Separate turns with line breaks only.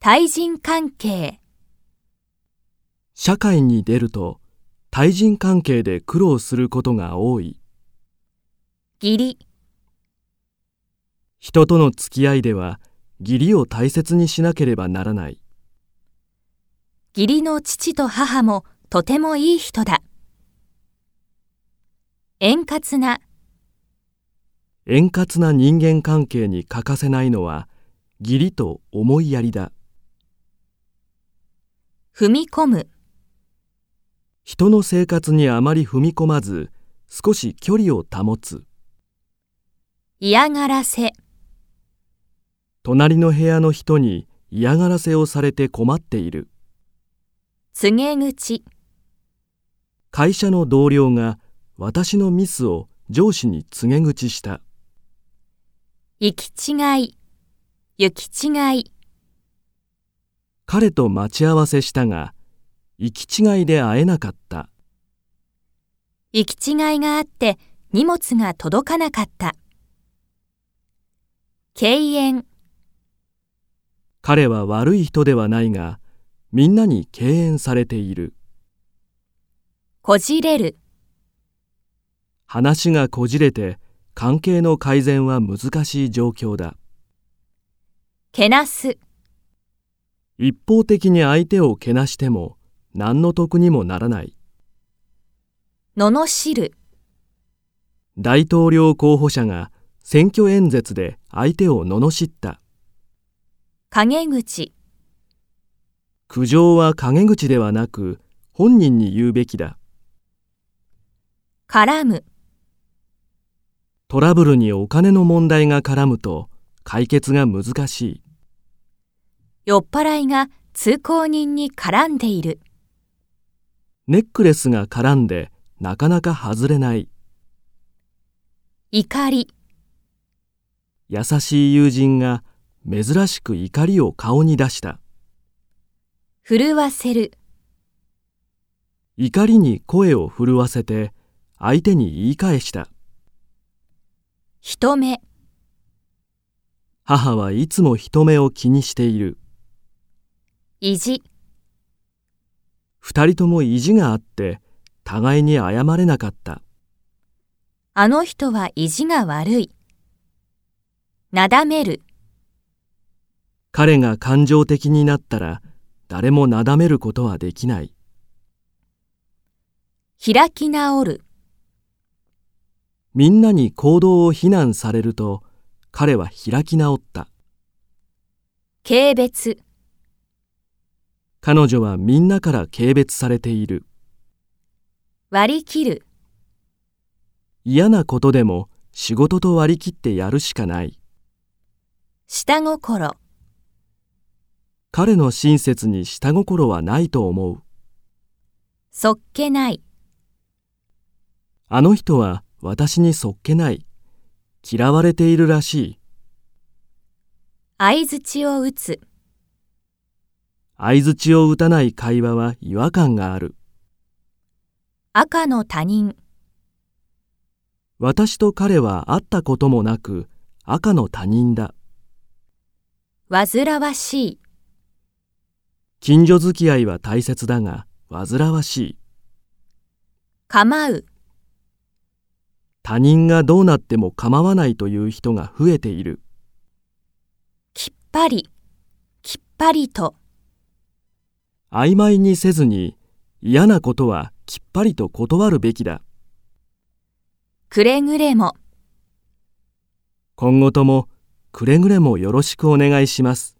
対人関係、
社会に出ると対人関係で苦労することが多い
義理、
人との付き合いでは義理を大切にしなければならない
義理の父と母もとてもいい人だ。円滑な、
円滑な人間関係に欠かせないのは義理と思いやりだ
踏み込む、
人の生活にあまり踏み込まず少し距離を保つ
嫌がらせ、
隣の部屋の人に嫌がらせをされて困っている
告げ口、
会社の同僚が私のミスを上司に告げ口した
行き違い、行き違い、
彼と待ち合わせしたが行き違いで会えなかった
行き違いがあって荷物が届かなかった。敬遠、
彼は悪い人ではないがみんなに敬遠されている
こじれる、
話がこじれて関係の改善は難しい状況だ
けなす、
一方的に相手をけなしても何の得にもならない
罵る、
大統領候補者が選挙演説で相手を罵った
陰口、
苦情は陰口ではなく本人に言うべきだ
絡む、
トラブルにお金の問題が絡むと解決が難しい
酔っ払いが通行人に絡んでいる、
ネックレスが絡んでなかなか外れない
怒り、
優しい友人が珍しく怒りを顔に出した
震わせる、
怒りに声を震わせて相手に言い返した
人目、
母はいつも人目を気にしている
意地、
二人とも意地があって互いに謝れなかった
あの人は意地が悪い。なだめる、
彼が感情的になったら誰もなだめることはできない
開き直る、
みんなに行動を非難されると彼は開き直った
軽蔑、
彼女はみんなから軽蔑されている
割り切る、
嫌なことでも仕事と割り切ってやるしかない
下心、
彼の親切に下心はないと思う
そっけない、
あの人は私にそっけない嫌われているらしい
相槌を打つ、
相槌を打たない会話は違和感がある
赤の他人、
私と彼は会ったこともなく赤の他人だ
煩わしい、
近所付き合いは大切だが煩わしい
構う、
他人がどうなっても構わないという人が増えている
きっぱり、きっぱりと、
曖昧にせずに嫌なことはきっぱりと断るべきだ
くれぐれも。
今後ともくれぐれもよろしくお願いします